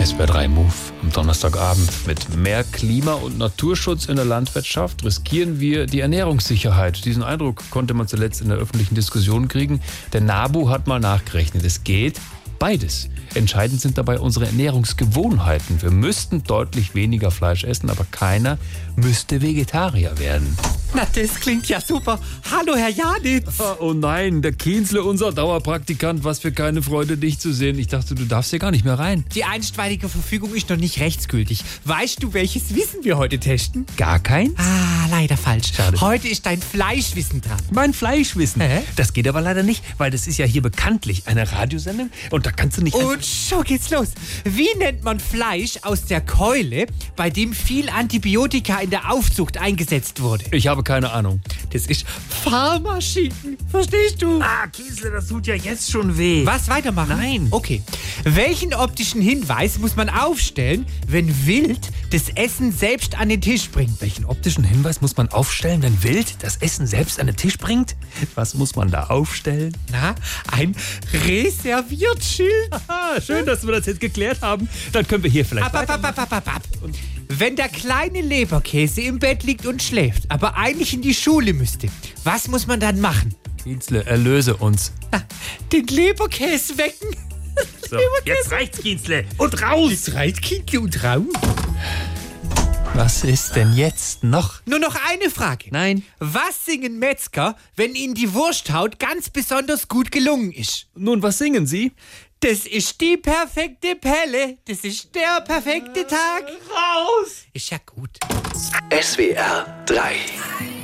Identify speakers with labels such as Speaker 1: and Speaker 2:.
Speaker 1: SBR3 Move am Donnerstagabend. Mit mehr Klima- und Naturschutz in der Landwirtschaft riskieren wir die Ernährungssicherheit. Diesen Eindruck konnte man zuletzt in der öffentlichen Diskussion kriegen. Der NABU hat mal nachgerechnet. Es geht beides. Entscheidend sind dabei unsere Ernährungsgewohnheiten. Wir müssten deutlich weniger Fleisch essen, aber keiner müsste Vegetarier werden.
Speaker 2: Na, das klingt ja super. Hallo, Herr Janitz.
Speaker 1: Oh nein, der Kienzle, unser Dauerpraktikant, was für keine Freude, dich zu sehen. Ich dachte, du darfst hier gar nicht mehr rein.
Speaker 2: Die einstweilige Verfügung ist noch nicht rechtsgültig. Weißt du, welches Wissen wir heute testen?
Speaker 1: Gar kein?
Speaker 2: Ah, leider falsch.
Speaker 1: Schade.
Speaker 2: Heute ist dein Fleischwissen dran.
Speaker 1: Mein Fleischwissen.
Speaker 2: Hä?
Speaker 1: Das geht aber leider nicht, weil das ist ja hier bekanntlich eine Radiosendung und da kannst du nicht. einfach-
Speaker 2: Und schon geht's los. Wie nennt man Fleisch aus der Keule, bei dem viel Antibiotika in der Aufzucht eingesetzt wurde?
Speaker 1: ich habe keine Ahnung.
Speaker 2: Das ist Pharmaschinken. Verstehst du?
Speaker 1: Ah, Kienzle, das tut ja jetzt schon weh. Was?
Speaker 2: Was weitermachen?
Speaker 1: Nein.
Speaker 2: Okay. Welchen optischen Hinweis muss man aufstellen, wenn Wild das Essen selbst an den Tisch bringt?
Speaker 1: Welchen optischen Hinweis muss man aufstellen, wenn Wild das Essen selbst an den Tisch bringt? Was muss man da aufstellen?
Speaker 2: Na, ein Reserviertschild.
Speaker 1: Ah, schön, dass wir das jetzt geklärt haben. Dann können wir hier vielleicht.
Speaker 2: Ab, ab, ab, ab, ab, ab, ab. Wenn der kleine Leberkäse im Bett liegt und schläft, aber eigentlich in die Schule müsste, was muss man dann machen?
Speaker 1: Kienzle, erlöse uns.
Speaker 2: Na, den Leberkäse wecken.
Speaker 1: So, jetzt reicht's, Kienzle. Und raus!
Speaker 2: Das reicht, Kindle und Raum.
Speaker 1: Was ist denn jetzt noch?
Speaker 2: Nur noch eine Frage.
Speaker 1: Nein.
Speaker 2: Was singen Metzger, wenn ihnen die Wursthaut ganz besonders gut gelungen ist?
Speaker 1: Nun, was singen Sie?
Speaker 2: Das ist die perfekte Pelle. Das ist der perfekte Tag. Raus! Ist ja gut.
Speaker 3: SWR 3.